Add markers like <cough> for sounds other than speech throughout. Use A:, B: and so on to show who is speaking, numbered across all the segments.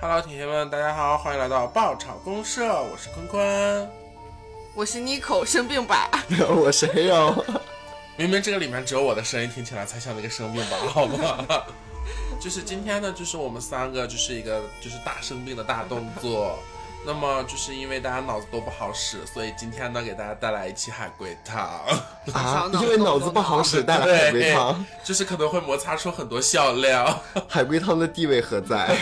A: Hello，铁铁们，大家好，欢迎来到爆炒公社，我是坤坤。
B: 我是 Nico 生病吧？
C: <laughs> 我谁呀？
A: 明明这个里面只有我的声音听起来才像那个生病吧，好吗？ <laughs> 就是今天呢，就是我们三个就是一个就是大生病的大动作。那么就是因为大家脑子都不好使，所以今天呢给大家带来一期海龟汤，
C: 啊
B: 伤脑，
C: 因为脑子不好使带 <laughs> 来海龟汤，，
A: <laughs> 就是可能会摩擦出很多笑料。
C: 海龟汤的地位
A: <laughs>
C: 何在？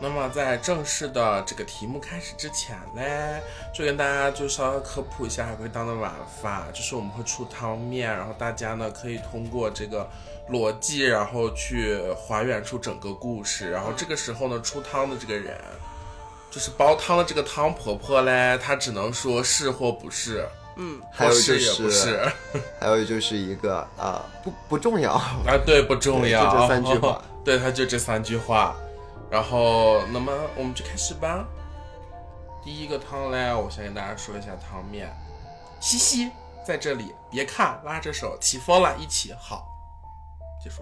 A: 那么在正式的这个题目开始之前嘞，就跟大家就稍微科普一下海龟汤的玩法，就是我们会出汤面，然后大家呢可以通过这个逻辑，然后去还原出整个故事，然后这个时候呢出汤的这个人。就是煲汤的这个汤婆婆嘞，她只能说是或不是，
C: 还
A: 不
C: 有
A: 是
C: 就
A: 也不是
C: 是，还有就是一个啊，不不重要。 <laughs>
A: 啊，对，不重要，
C: 对就这三句话
A: <laughs> 对，他就这三句话。然后，那么我们就开始吧。第一个汤嘞，我先跟大家说一下汤面。嘻嘻，在这里，别看拉着手，起风了，一起好。结束。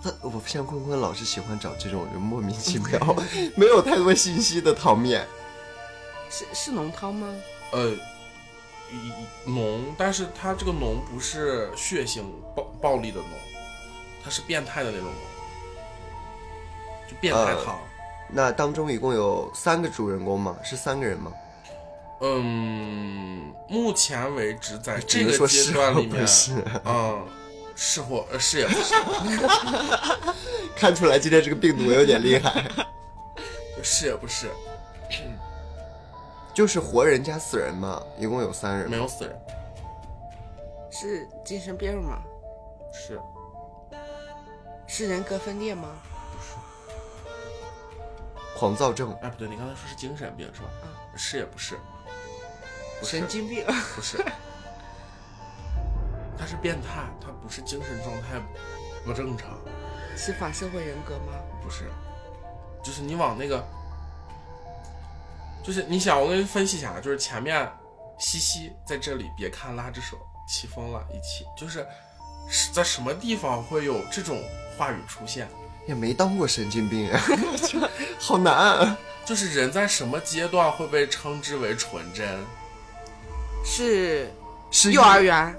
C: 他我发现坤坤老是喜欢找这种就莫名其妙、
A: <laughs>
C: 没有太多信息的汤面。
B: 是是浓汤吗？
A: 呃，一浓，但是它这个浓不是血腥暴暴力的浓，它是变态的那种浓，就变态
C: 呃
A: 汤。
C: 那当中一共有三个主人公吗？是三个人吗？
A: 嗯，目前为止，在这
C: 只能
A: 个
C: 说
A: 阶
C: 是
A: 段
C: 或
A: 里面
C: 不，是。 <laughs>
A: 嗯，是或呃是也不是，
C: 看出来今天这个病毒有点厉
A: <laughs>
C: 害，
A: 是也不是，
C: 就是活人加死人嘛，一共有三人
A: 没
C: 嘛。
A: 有死人，
B: 是精神病吗？
A: 是
B: 是人格分裂吗？
C: 狂躁症、
A: 哎不对，你刚才说是精神病是吧？是也不是，不是
B: 嗯神经病？
A: 不
B: <laughs>
A: 是，他是变态，他不是精神状态不正常，
B: 是反社会人格吗？
A: 不是，就是你往那个，就是你想，我给你分析一下，啊就是前面西西在这里，别看拉着手，起风了，一起，就是是在什么地方会有这种话语出现？
C: 也没当过神经
A: <laughs>
C: 病啊，好难、啊。
A: 就是人在什么阶段会被称之为纯真？
B: 是
C: 是
B: 幼儿园？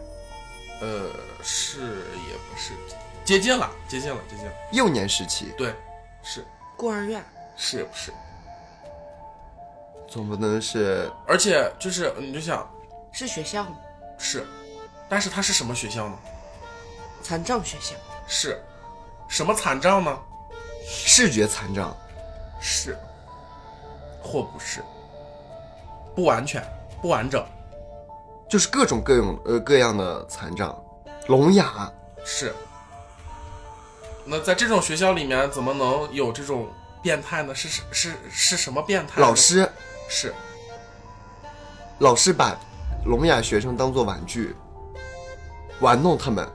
A: 呃，是也不是，接近了，接近了，接近了，
C: 幼年时期，
A: 对，是
B: 孤儿院？
A: 是也不是？
C: 总不能是
A: 而且就是你就想
B: 是学校吗？
A: 是，但是他是什么学校呢？
B: 残障学校？
A: 是，什么残障呢？
C: 视觉残障，
A: 是，或不是，不完全，不完整，
C: 就是各种各种呃各样的残障，聋哑，
A: 是。那在这种学校里面，怎么能有这种变态呢？是是是是什么变态呢？
C: 老师
A: 是
C: 老师把聋哑学生当做玩具，玩弄他们。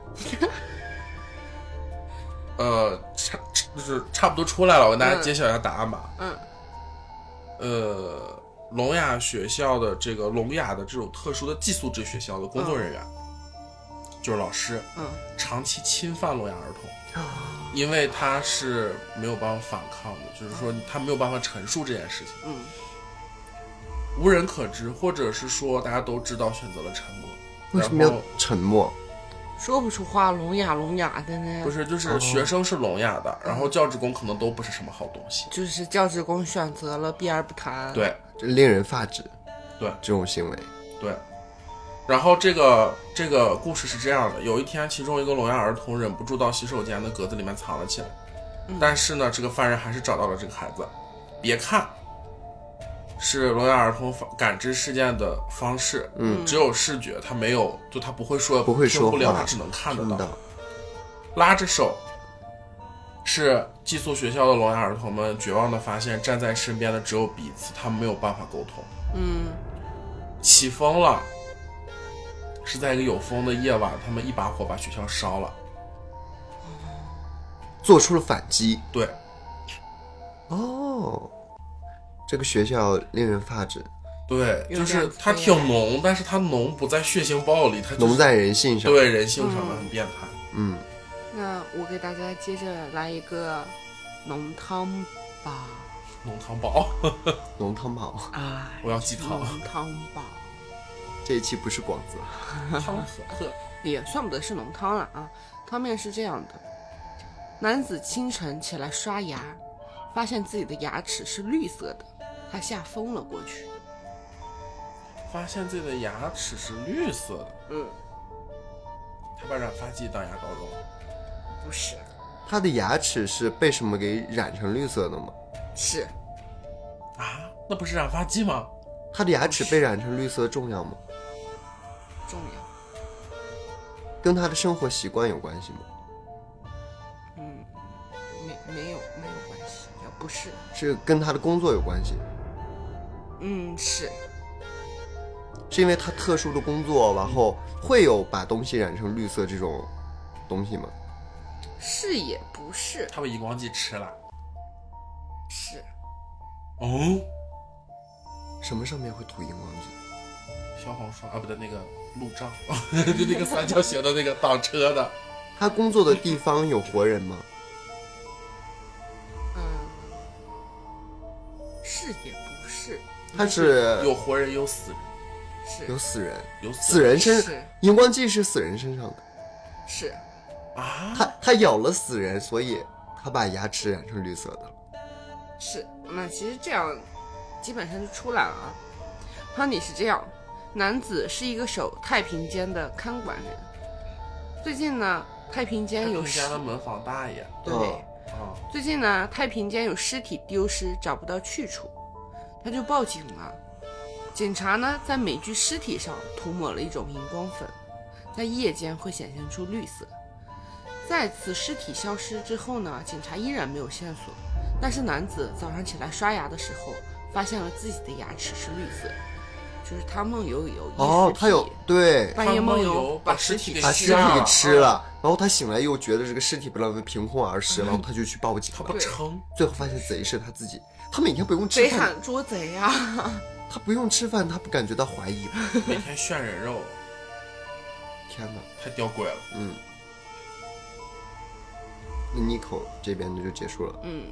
A: 呃，差就是差不多出来了。我跟大家
B: 嗯
A: 揭晓一下答案吧。
B: 嗯，
A: 呃，聋哑学校的这个聋哑的这种特殊的寄宿制学校的工作人员，就是老师，
B: 嗯，
A: 长期侵犯聋哑儿童。因为他是没有办法反抗的，就是说他没有办法陈述这件事情，
B: 嗯，
A: 无人可知，或者是说大家都知道选择了沉默。
C: 为什么
A: 然
C: 要
A: 后
C: 沉默？
B: 说不出话，聋哑聋哑的呢？
A: 不，是，
C: 哦
A: 就是学生是聋哑的，然后教职工可能都不是什么好东西。
B: 就是教职工选择了避而不谈。，
A: 对
C: 这令人发指。
A: 对
C: 这种行为，
A: 对。然后这个这个故事是这样的：有一天，其中一个聋哑儿童忍不住到洗手间的格子里面藏了起来，但是呢，这个犯人还是找到了这个孩子。别看是聋哑儿童反感知事件的方式，
C: 嗯，
A: 只有视觉，他没有，就他不会说，
C: 不会
A: 听
C: 说
A: 不了，
C: 话
A: 他只能看得
C: 听
A: 到。
C: 到
A: 拉着手，是寄宿学校的聋哑儿童们绝望的发现，站在身边的只有彼此，他们没有办法沟通。
B: 嗯，
A: 起风了，是在一个有风的夜晚，他们一把火把学校烧了。
C: 做出了反击。
A: 对，
C: 哦，这个学校令人发指，
A: 对，
B: 有
A: 就是
B: 点
A: 它
B: 黑
A: 挺浓，但是它浓不在血腥暴力，它就是
C: 浓在人性上。
A: 对人性上面
B: 嗯
A: 很变态。
C: 嗯，
B: 那我给大家接着来一个浓汤吧
A: 浓汤宝，
C: 浓汤宝，
B: 啊，
A: 我要鸡汤
B: 浓汤宝
C: <laughs> 这一期不是广子，
B: 嗯
A: 汤可可，
B: 也算不得是浓汤了啊。汤面是这样的：男子清晨起来刷牙，发现自己的牙齿是绿色的，他吓疯了过去。
A: 发现自己的牙齿是绿色的，
B: 嗯，
A: 他把染发剂当牙膏用。
B: 不是，
C: 他的牙齿是被什么给染成绿色的吗？
B: 是
A: 啊，那不是染发剂吗？
C: 他的牙齿被染成绿色重要吗？
B: 重要。
C: 跟他的生活习惯有关系吗？
B: 嗯，没没有没有关系，也不是。
C: 是跟他的工作有关系？
B: 嗯，是
C: 是因为他特殊的工作，然后会有把东西染成绿色这种东西吗？
B: 是也不是
A: 他把荧光剂吃了。
B: 是
A: 哦，
C: 什么上面会涂荧光剂？
A: 消防栓啊，不对，那个路障， <laughs> 就那个三角形的那个挡车的，
C: 他工作的地方有活人吗？
B: 嗯，是也不是
C: 他是
A: 有活人有死人，
B: 是
C: 有死人，
A: 有死
C: 死人
B: 是
C: 身荧光剂是死人身上的，
B: 是
A: 啊，
C: 他他咬了死人，所以他把牙齿染成绿色的。
B: 是，那其实这样基本上就出来了啊。汤底是这样：男子是一个守太平间的看管人，最近呢，太平
A: 他
B: 间有
A: 们
B: 尸
A: 家的门房大爷
B: 对。
C: 哦
A: 啊，
B: 最近呢，太平间有尸体丢失，找不到去处，他就报警了。警察呢，在每具尸体上涂抹了一种荧光粉，在夜间会显现出绿色。在此尸体消失之后呢，警察依然没有线索，但是男子早上起来刷牙的时候，发现了自己的牙齿是绿色，就是他梦游有意
C: 哦
B: 识，
C: 他有
B: 体
C: 对，
B: 半夜
A: 他梦
B: 游
A: 游
B: 把
A: 把
B: 尸
A: 尸
B: 体
A: 体给
C: 把
A: 吃
C: 尸体给
A: 了啊
C: 吃了，然后他醒来又觉得这个尸体被浪费凭空而食，然后他就去报警
A: 他不
C: 了。
A: 撑，
C: 最后发现贼是他自己，他每天不用吃
B: 贼
C: 饭，
B: 喊捉贼啊！ <laughs>
C: 他不用吃饭，他不感觉到怀疑吗。
A: 每天炫人肉，
C: 天哪，
A: 太吊诡了。
C: 嗯。那 Nico 这边就结束了。
B: 嗯，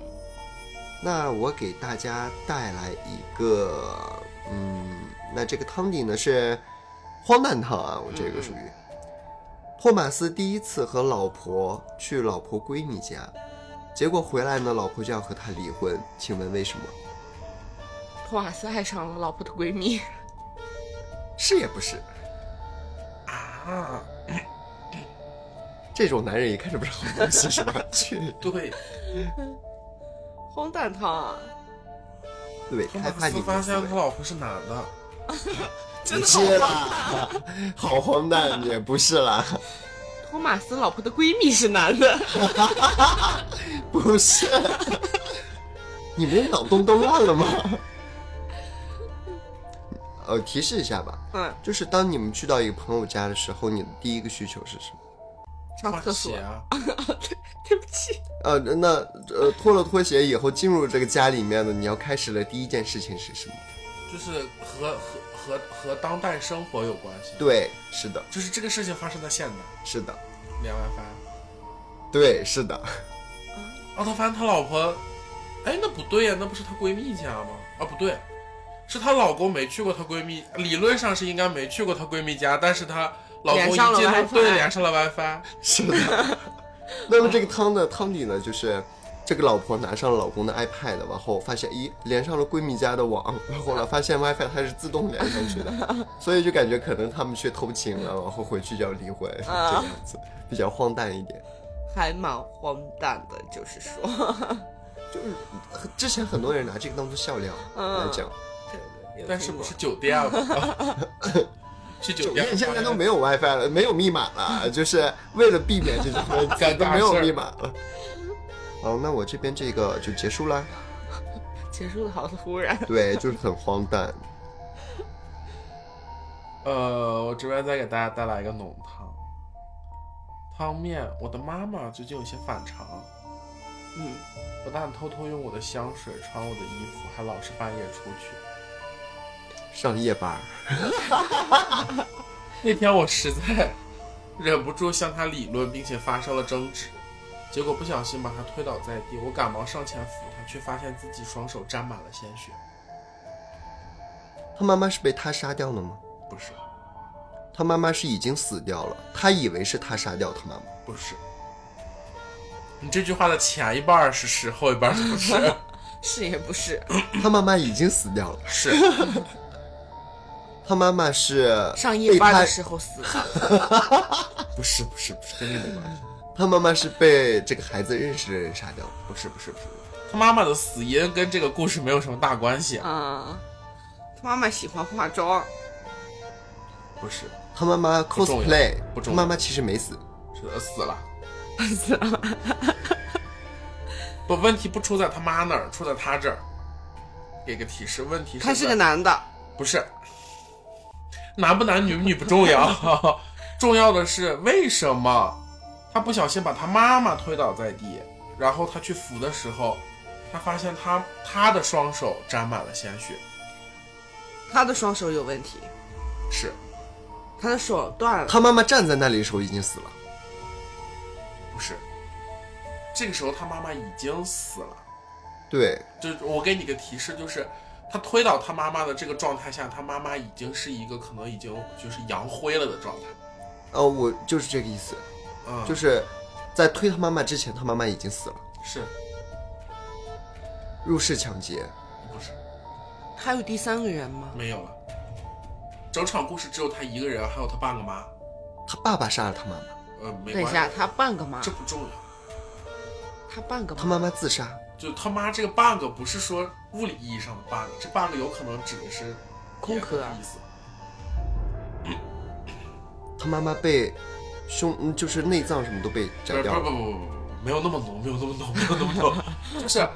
C: 那我给大家带来一个，嗯，那这个汤底呢是荒诞汤啊，我这个属于。霍马斯第一次和老婆去老婆闺女家，结果回来呢，老婆就要和他离婚，请问为什么？
B: 托马斯爱上了老婆的闺蜜，
C: 是也不是？嗯
A: 啊，
C: 这种男人一看就不是好东西，是吧？去，
A: 对，
B: 荒诞汤啊！
C: 对，
A: 托
C: 开
A: 马
C: 发你
A: 斯
C: 的
A: 发现
C: 思维
A: 他老婆是男的，
C: 不是啦，好荒诞，也不是啦，
B: 托马斯老婆的闺蜜是男的，
C: 不是。 <laughs> 你们脑洞都乱了吗？呃，提示一下吧，
B: <laughs> 嗯，
C: 就是当你们去到一个朋友家的时候，你的第一个需求是什么？
B: 上
A: 换
B: 厕所
A: 血。啊，
B: 对不起，
C: 呃，那呃，脱了拖鞋以后进入这个家里面呢，你要开始的第一件事情是什么？
A: 就是和和和和当代生活有关系。，
C: 对，是的，
A: 就是这个事情发生在现代，
C: 是的，
A: 连完翻。
C: 对，是的，
A: 奥特翻他老婆，哎，那不对呀、那不是她闺蜜家吗？啊，不对，是她老公没去过她闺蜜，理论上是应该没去过她闺蜜家，但是她老公
B: 连上
A: 一
B: 了
A: 进她
B: WiFi
A: 对连上了 WiFi，
C: 是的。 <laughs> 那么这个汤的汤底呢，就是这个老婆拿上了老公的 iPad，然后发现咦连上了闺蜜家的网，然后呢发现 WiFi 它是自动连上去的，所以就感觉可能他们去偷情了，然后回去就要离婚，这个样子比较荒诞一点。
B: 还蛮荒诞的，就是说，
C: 就是呃之前很多人拿这个当做笑料来讲，
A: 但是不是酒店啊吗？去酒
C: 酒
A: 店
C: 店哎现在都没有 WiFi 了，没有密码了，就是为了避免这种问题都没有密码了。好，那我这边这个就结束啦。
B: 结束的好突然。
C: 对，就是很荒诞。
A: 呃，我这边再给大家带来一个浓汤，汤面。我的妈妈最近有些反常，
B: 嗯，
A: 不但偷偷用我的香水穿我的衣服，还老是半夜出去。
C: 上夜班儿，
A: 那天我实在 <laughs> 忍不住向他理论，并且发生了争执，结果不小心把他推倒在地。我赶忙上前扶他，却发现自己双手沾满了鲜血。
C: 他妈妈是被他杀掉了吗？
A: 不是，
C: 他妈妈是已经死掉了，他以为是他杀掉他妈妈。
A: 不是。你这句话的前一半儿是是，后一半儿是不是？ <laughs>
B: 是也不是，
C: 他妈妈已经死掉了，
A: 是
C: 他妈妈是
B: 上
C: 被
B: 夜班
C: 他
B: 的时候死的，
A: 不是不是不是，跟这没关系。
C: 他妈妈是被这个孩子认识的人杀掉的。
A: 不是不是不是，他妈妈的死因跟这个故事没有什么大关系。
B: 啊，他妈妈喜欢化 <laughs> 妆，
A: 不是，
C: 他妈妈
A: 不重要
C: cosplay，
A: 不
C: 他
A: 重要
C: 妈妈其实没死。
A: 是的死了。
B: 死了，
A: 不，问题不出在他妈那儿，出在他这儿。给个提示，问题
B: 他是
A: 是
B: 个
A: 在，
B: 男的，
A: 不是男不男女不女不重要，
C: <laughs>
A: 重要的是为什么他不小心把他妈妈推倒在地，然后他去扶的时候，他发现他他的双手沾满了鲜血，
B: 他的双手有问题，
A: 是
B: 他的手断了，
C: 他妈妈站在那里的时候已经死了，
A: 不是？这个时候他妈妈已经死了。
C: 对，
A: 就是我给你个提示，就是他推倒他妈妈的这个状态下，他妈妈已经是一个可能已经就是扬灰了的状态。
C: 哦，我就是这个意思，
A: 嗯，
C: 就是是在推他妈妈之前，他妈妈已经死了，
A: 是
C: 入室抢劫，
A: 不是
B: 还有第三个人吗？
A: 没有了？整场故事只有他一个人，还有他半个妈。
C: 他爸爸杀了他妈妈，
A: 呃，没
B: 等一
A: 关
B: 下，
A: 系，
B: 他半个妈
A: 这，不重要。
B: 他半个
C: 他妈妈自杀，
A: 就他妈这个 bug 不是说物理意义上的 bug，这 bug 有可能指的是
B: 空
A: 别的
B: 壳
A: 意思。
C: 他妈妈被胸，嗯就是内脏什么都被摘掉
A: 不
C: 了，
A: 不不不不不，没有那么浓，没有那么浓，没有那么浓，就是。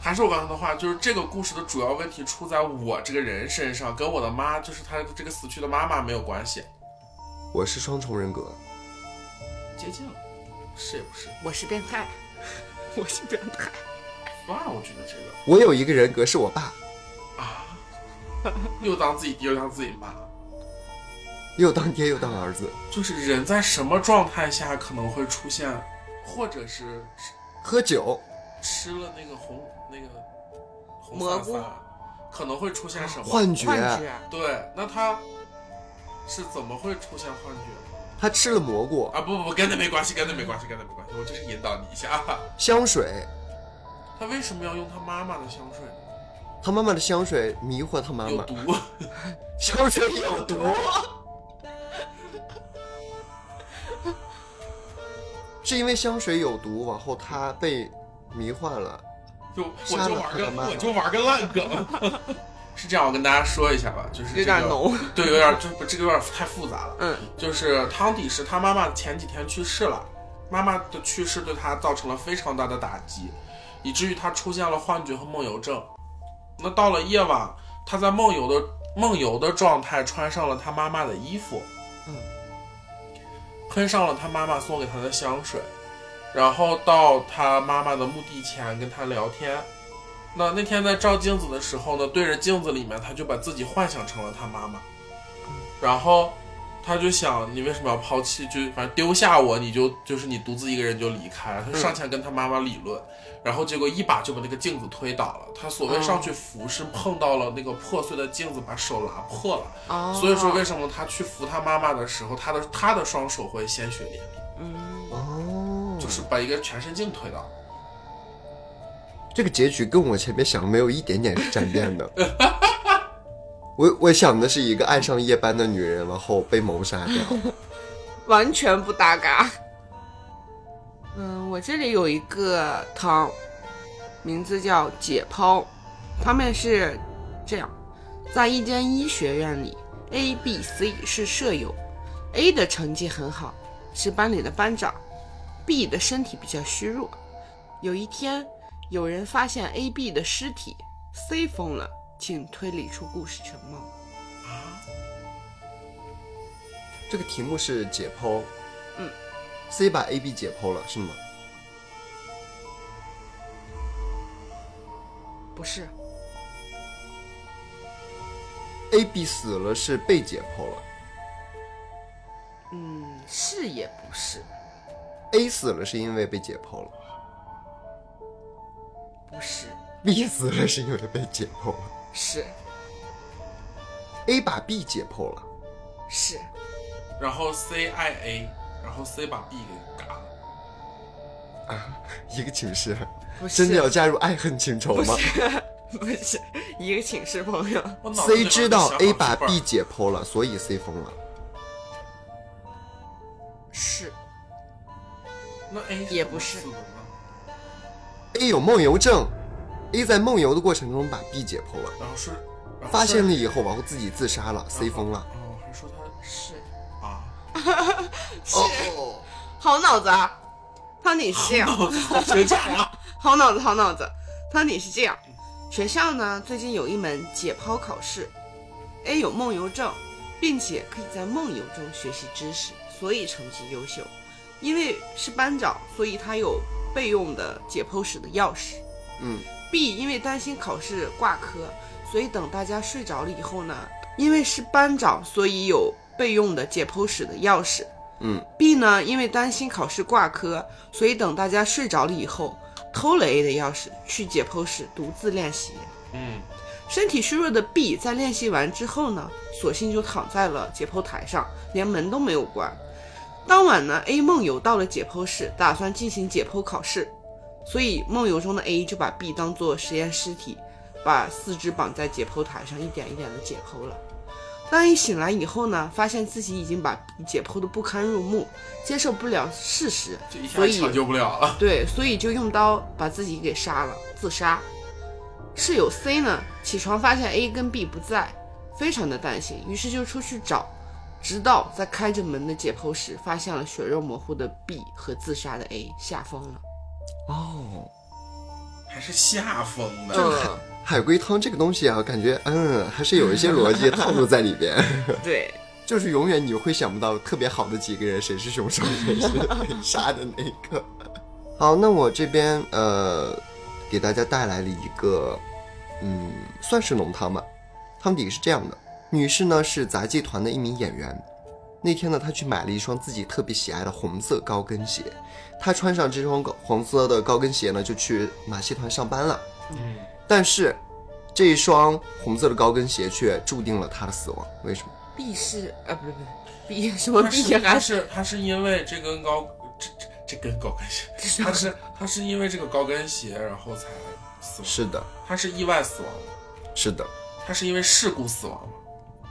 A: 还是我刚才的话，就是这个故事的主要问题出在我这个人身上，跟我的妈，就是她这个死去的妈妈没有关系。
C: 我是双重人格，
A: 接近了，是也不是？
B: 我是变态， <laughs> 我是变态，
A: 算了，我觉得这个
C: 我有一个人格是我爸，
A: 啊，又当自己爹又当自己妈，
C: 又当爹又当儿子，
A: 就是人在什么状态下可能会出现，或者是
C: 喝酒，
A: 吃了那个红那个红
B: 蘑
A: 撒
B: 菇
A: 撒，可能会出现什么？
C: 幻觉，
B: 幻觉，
A: 对，那他是怎么会出现幻觉呢？
C: 他吃了蘑菇，
A: 啊，不不不，跟那没关系，跟那没关系，跟那没关系，我就是引导你一下。啊。
C: 香水，
A: 他为什么要用他妈妈的香水呢？
C: 他妈妈的香水迷惑他妈
A: 有
C: 妈，
A: 毒，
C: 香水有毒。是因为香水有毒，往后他被迷幻了。
A: 就我就
C: 杀了
A: 玩
C: 他
A: 个
C: 的妈妈
A: 我就玩个烂梗。 <laughs> 是这样，我跟大家说一下吧，就是、这个、
B: 有点，浓，
A: 对，有点就这个有点太复杂了。
B: 嗯，
A: 就是汤底是他妈妈前几天去世了，妈妈的去世对他造成了非常大的打击，以至于他出现了幻觉和梦游症。那到了夜晚，他在梦游的梦游的状态穿上了他妈妈的衣服，
B: 嗯，
A: 喷上了他妈妈送给他的香水，然后到他妈妈的墓地前跟他聊天。那那天在照镜子的时候呢，对着镜子里面，他就把自己幻想成了他妈妈，然后他就想你为什么要抛弃，就反正丢下我，你就就是你独自一个人就离开。他就上前跟他妈妈理论，然后结果一把就把那个镜子推倒了。他所谓上去扶是碰到了那个破碎的镜子，把手拉破了。
B: 哦，
A: 所以说为什么他去扶他妈妈的时候，他的他的双手会鲜血淋漓，
B: 嗯，
C: 哦，
A: 就是把一个全身镜推倒。
C: 这个结局跟我前面想的没有一点点沾
A: <laughs>
C: 边的。我我想的是一个爱上夜班的女人，然后被谋杀掉。
B: 完全不搭嘎。嗯，我这里有一个汤，名字叫解剖，他们是这样，在一间医学院里，A、B、C 是舍友，A 的成绩很好，是班里的班长，B 的身体比较虚弱。有一天，有人发现 A、B 的尸体，C 疯了，请推理出故事全貌。
C: 这个题目是解剖，
B: 嗯
C: ，C 把 A B 解剖了是吗？
B: 不是，
C: A、B 死了是被解剖了，
B: 嗯，是也不是，
C: A 死了是因为被解剖了
B: 不是，
C: ，B 死了是因为被解剖了
B: 是
C: ，A 把 B 解剖了，
B: 是
A: 然后 C 爱 A，然后 C 把 B 给嘎了。
C: 一个寝室，
B: 不是
C: 真的要加入爱恨情仇
B: 不
C: 吗
B: 是 <laughs> 不是一个寝室朋友，
A: 我脑子里
C: ？C
A: 面
C: 知道
A: 想好
C: A
A: 剧
C: 把
A: 本
C: B 解剖了，所以 C 疯了。
B: 是
A: 那 A
B: 也不是
A: 怎么死的呢
C: A 有梦游症，A 在梦游的过程中把 B 解剖了，
A: 然后是然后
C: 发现了
A: 是
C: 以后然后自己自杀了，C 疯了。
A: 哦，还说
B: 是，
A: 他啊， <laughs>
C: 哦，
B: 好脑子啊！汤底是这样，
A: 我好学假呀！
B: <laughs> 好脑子，好脑子。汤底是这样，学校呢最近有一门解剖考试，A 有梦游症，并且可以在梦游中学习知识，所以成绩优秀。因为是班长，所以他有备用的解剖室的钥匙。
C: 嗯
B: B 因为担心考试挂科，所以等大家睡着了以后呢，因为是班长，所以有备用的解剖室的钥匙。
C: 嗯
B: B 呢，因为担心考试挂科，所以等大家睡着了以后，偷了 A 的钥匙去解剖室独自练习。
A: 嗯，
B: 身体虚弱的 B 在练习完之后呢，索性就躺在了解剖台上，连门都没有关。当晚呢，A 梦游到了解剖室，打算进行解剖考试，所以梦游中的 A 就把 B 当做实验尸体，把四肢绑在解剖台上，一点一点的解剖了。当 A 醒来以后呢，发现自己已经把 B 解剖的不堪入目，接受不了事实，
A: 就一下
B: 所以
A: 抢救不了了。
B: 对，所以就用刀把自己给杀了，自杀。室友 C 呢，起床发现 A 跟 B 不在，非常的担心，于是就出去找，直到在开着门的解剖室发现了血肉模糊的 B 和自杀的 A，吓疯了。
C: 哦，
A: 还是吓疯的，
B: 嗯，
C: 海龟汤这个东西啊，感觉嗯还是有一些逻辑套路在里边，
B: 呃对，
C: 就是永远你会想不到特别好的几个人谁是凶手，谁是被杀的那一个。好，那我这边呃给大家带来了一个嗯算是浓汤吧，汤底是这样的：女士呢是杂技团的一名演员。那天呢，她去买了一双自己特别喜爱的红色高跟鞋。她穿上这双高红色的高跟鞋呢，就去马戏团上班了。
A: 嗯，
C: 但是，这一双红色的高跟鞋却注定了她的死亡。为什么？
B: <laughs> b 是啊，不是不是 <laughs> B 什么
A: 他
B: B
A: 是他
B: 还是
A: 是他是因为这根高这这这根高跟鞋，他是他是因为这个高跟鞋然后才死亡，
C: 是的，
A: 他是意外死亡吗，
C: 是的，
A: 他是因为事故死亡吗，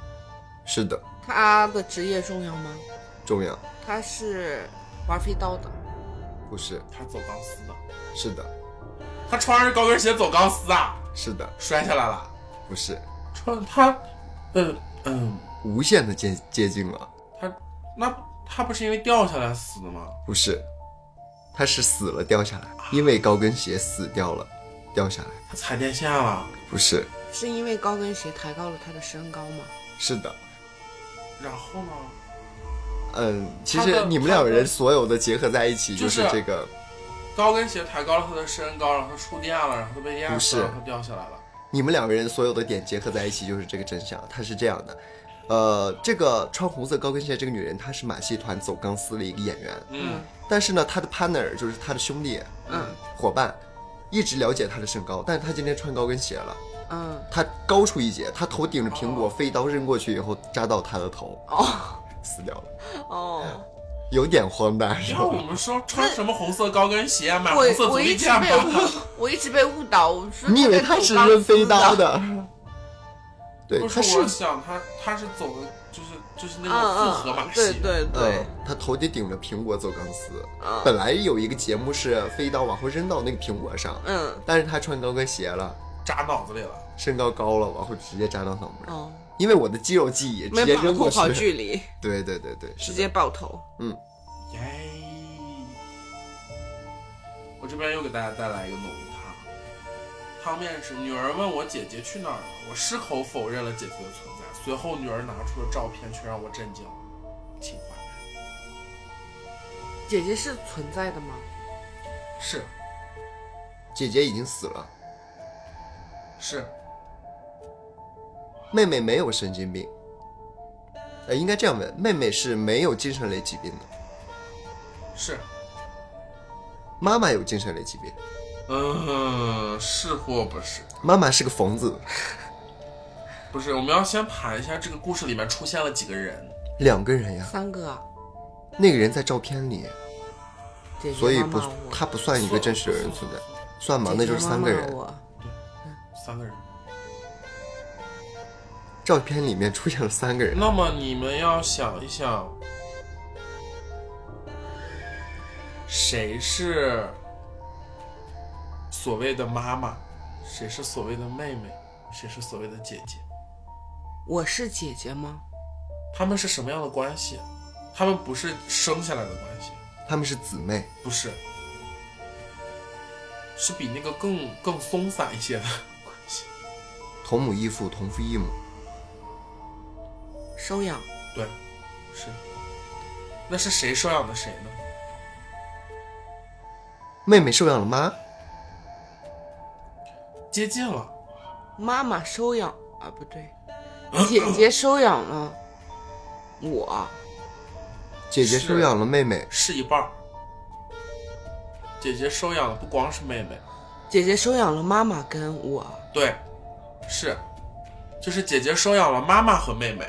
C: 是的，
B: 他的职业重要吗？
C: 重要
B: 他是玩飞刀的，
C: 不是？
A: 他走钢丝的，
C: 是的，
A: 他穿着高跟鞋走钢丝啊，
C: 是的，
A: 摔下来了，
C: 不是，
A: 穿他，嗯嗯，
C: 无限的接接近了，
A: 他那他不是因为掉下来死的吗？
C: 不是，他是死了掉下来，因为高跟鞋死掉了，掉下来，
A: 他踩电线了，
C: 不是，
B: 是因为高跟鞋抬高了他的身高吗？
C: 是的。
A: 然后呢？
C: 嗯，其
A: 他
C: 实
A: 的
C: 你们两个人
A: 他的
C: 所有的结合在一起，就是
A: 就是
C: 这个。
A: 高跟鞋抬高了他的身高，然后他触电了，然后他被压
C: 不
A: 死
C: 是
A: 了，然后他掉下来了。
C: 你们两个人所有的点结合在一起，就是这个真相。她是这样的，呃，这个穿红色高跟鞋这个女人，她是马戏团走钢丝的一个演员，
A: 嗯，
C: 但是呢，她的 partner 就是她的兄弟
B: 嗯
C: 伙伴，一直了解她的身高，但是她今天穿高跟鞋了，
B: 嗯，
C: 她高出一截，她头顶着苹果，
A: 哦
C: 飞刀扔过去以后扎到她的头，
B: 哦
C: 死掉了，
B: 哦。
C: 有点荒诞，是
A: 要我
C: 吧？
A: 们说穿什么红色高跟鞋啊，买
B: 我
A: 红色足
B: 我一
A: 力
B: 直
A: 健
B: 被误
A: 吧？，
B: <laughs> 我一直被误导。我说
C: 你以为
B: 他
C: 她
B: 在
C: 是
B: 动
C: 扔飞
B: 钢
C: 刀
B: 丝的？
C: 的？ <laughs> 对，
A: 不
C: 她
A: 是，
C: 是
A: 我想他他是走的，就是就是那
B: 嗯
A: 种复合
B: 嗯
A: 马，戏。
B: 对对对
C: 嗯，，他头顶顶着苹果走钢丝。
B: 嗯
C: 本来有一个节目是飞刀往后扔到那个苹果上，
B: 嗯
C: 但是他穿高跟鞋了，
A: 扎脑子里了。
C: 身高高了，往后直接扎到脑门儿。
B: 哦，
C: 因为我的肌肉记忆，直
B: 没
C: 接
B: 把
C: 扔
B: 控
C: 过
B: 好
C: 去。
B: 距离，
C: <laughs> 对对对对，是
B: 直
C: 的
B: 接爆头。
A: 耶！哎我这边又给大家带来一个浓汤，汤面是女儿问我姐姐去哪儿了，我矢口否认了姐姐的存在。随后女儿拿出了照片，却让我震惊了，请还原。
B: 姐姐是存在的吗？
A: 是
C: 姐姐已经死了，
A: 是
C: 妹妹没有神经病，呃，应该这样问，妹妹是没有精神类疾病的，
A: 是，
C: 妈妈有精神类疾病，
A: 嗯，是或不是？
C: 妈妈是个疯子，
A: 不是，我们要先盘一下这个故事里面出现了几个人。
C: 两个人呀，
B: 三啊哥，
C: 那个人在照片里，
B: 姐姐
C: 所以
B: 妈
C: 不
B: 妈我，
C: 他不算一个真实的人存在，算吗？
B: 姐
C: 那
B: 姐
C: 就是
B: 妈
C: 三个
B: 妈
C: 人。
B: 我
A: 三个人。
C: 照片里面出现了三个人，
A: 那么你们要想一想，谁是所谓的妈妈，谁是所谓的妹妹，谁是所谓的姐姐？
B: 我是姐姐吗？
A: 他们是什么样的关系？他们不是生下来的关系，
C: 他们是姊妹，
A: 不是，是比那个更更松散一些的关系。
C: 同母异父，同父异母。
B: 收养
A: 对，是。那是谁收养的谁呢？
C: 妹妹收养了妈，
A: 接近了，
B: 妈妈收养啊，不 <laughs> 对，姐姐收养了我，
C: 姐姐
A: 是
C: 收养了妹妹，
A: 是一半儿。姐姐收养的不光是妹妹，
B: 姐姐收养了妈妈跟我，
A: 对，是，就是姐姐收养了妈妈和妹妹，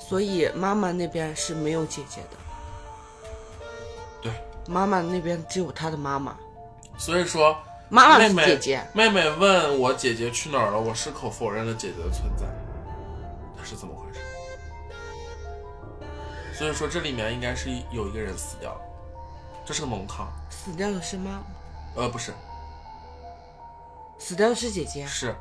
B: 所以妈妈那边是没有姐姐的，
A: 对，
B: 妈妈那边只有她的妈妈，
A: 所以说
B: 妈妈
A: 妹
B: 是
A: 妹
B: 姐姐，
A: 妹妹问我姐姐去哪儿了，我矢口否认了姐姐的存在，那是怎么回事？所以说这里面应该是有一个人死掉了，这是个蒙康，
B: 死掉的是妈妈，
A: 呃，不是，
B: 死掉的是姐啊姐，
A: 是。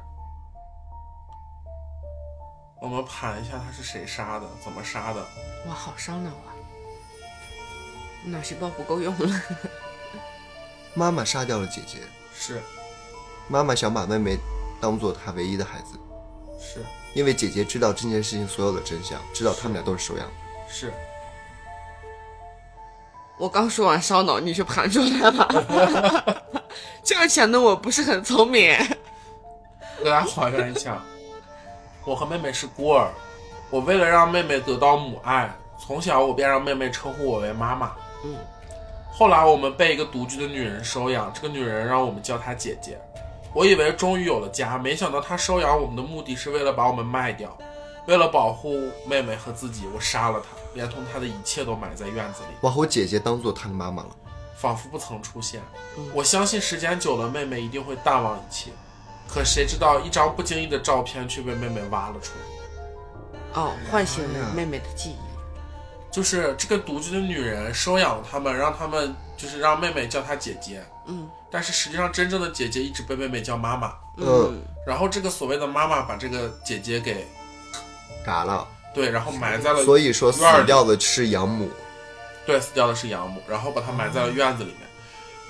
A: 我们盘一下他是谁杀的，怎么杀的？
B: 哇，好伤脑啊，脑细胞不够用了，
C: 妈妈杀掉了姐姐，
A: 是
C: 妈妈想把妹妹当做她唯一的孩子，
A: 是
C: 因为姐姐知道这件事情所有的真相，知道他们俩都是收养的。
A: 是，
B: 我刚说完烧脑，你就盘出来了，这个显得我不是很聪明。
A: 我给大家还原一下，我和妹妹是孤儿，我为了让妹妹得到母爱，从小我便让妹妹称呼我为妈妈。
B: 嗯，
A: 后来我们被一个独居的女人收养，这个女人让我们叫她姐姐。我以为终于有了家，没想到她收养我们的目的是为了把我们卖掉。为了保护妹妹和自己，我杀了她，连同她的一切都埋在院子里。
C: 往后姐姐当做她的妈妈了。
A: 仿佛不曾出现
B: 嗯。
A: 我相信时间久了，妹妹一定会淡忘一切。可谁知道，一张不经意的照片却被妹妹挖了出来。
B: 哦，唤醒
C: 呀
B: 了妹妹的记忆。
A: 就是这个独居的女人收养了他们，让他们就是让妹妹叫她姐姐，
B: 嗯
A: 但是实际上真正的姐姐一直被妹妹叫妈妈。
C: 嗯
B: 嗯，
A: 然后这个所谓的妈妈把这个姐姐给
C: 嘎了，
A: 对，然后埋在了
C: 所以说死
A: 院儿里
C: 掉的是养母，
A: 对，死掉的是养母，然后把她埋在
B: 嗯
A: 了院子里面。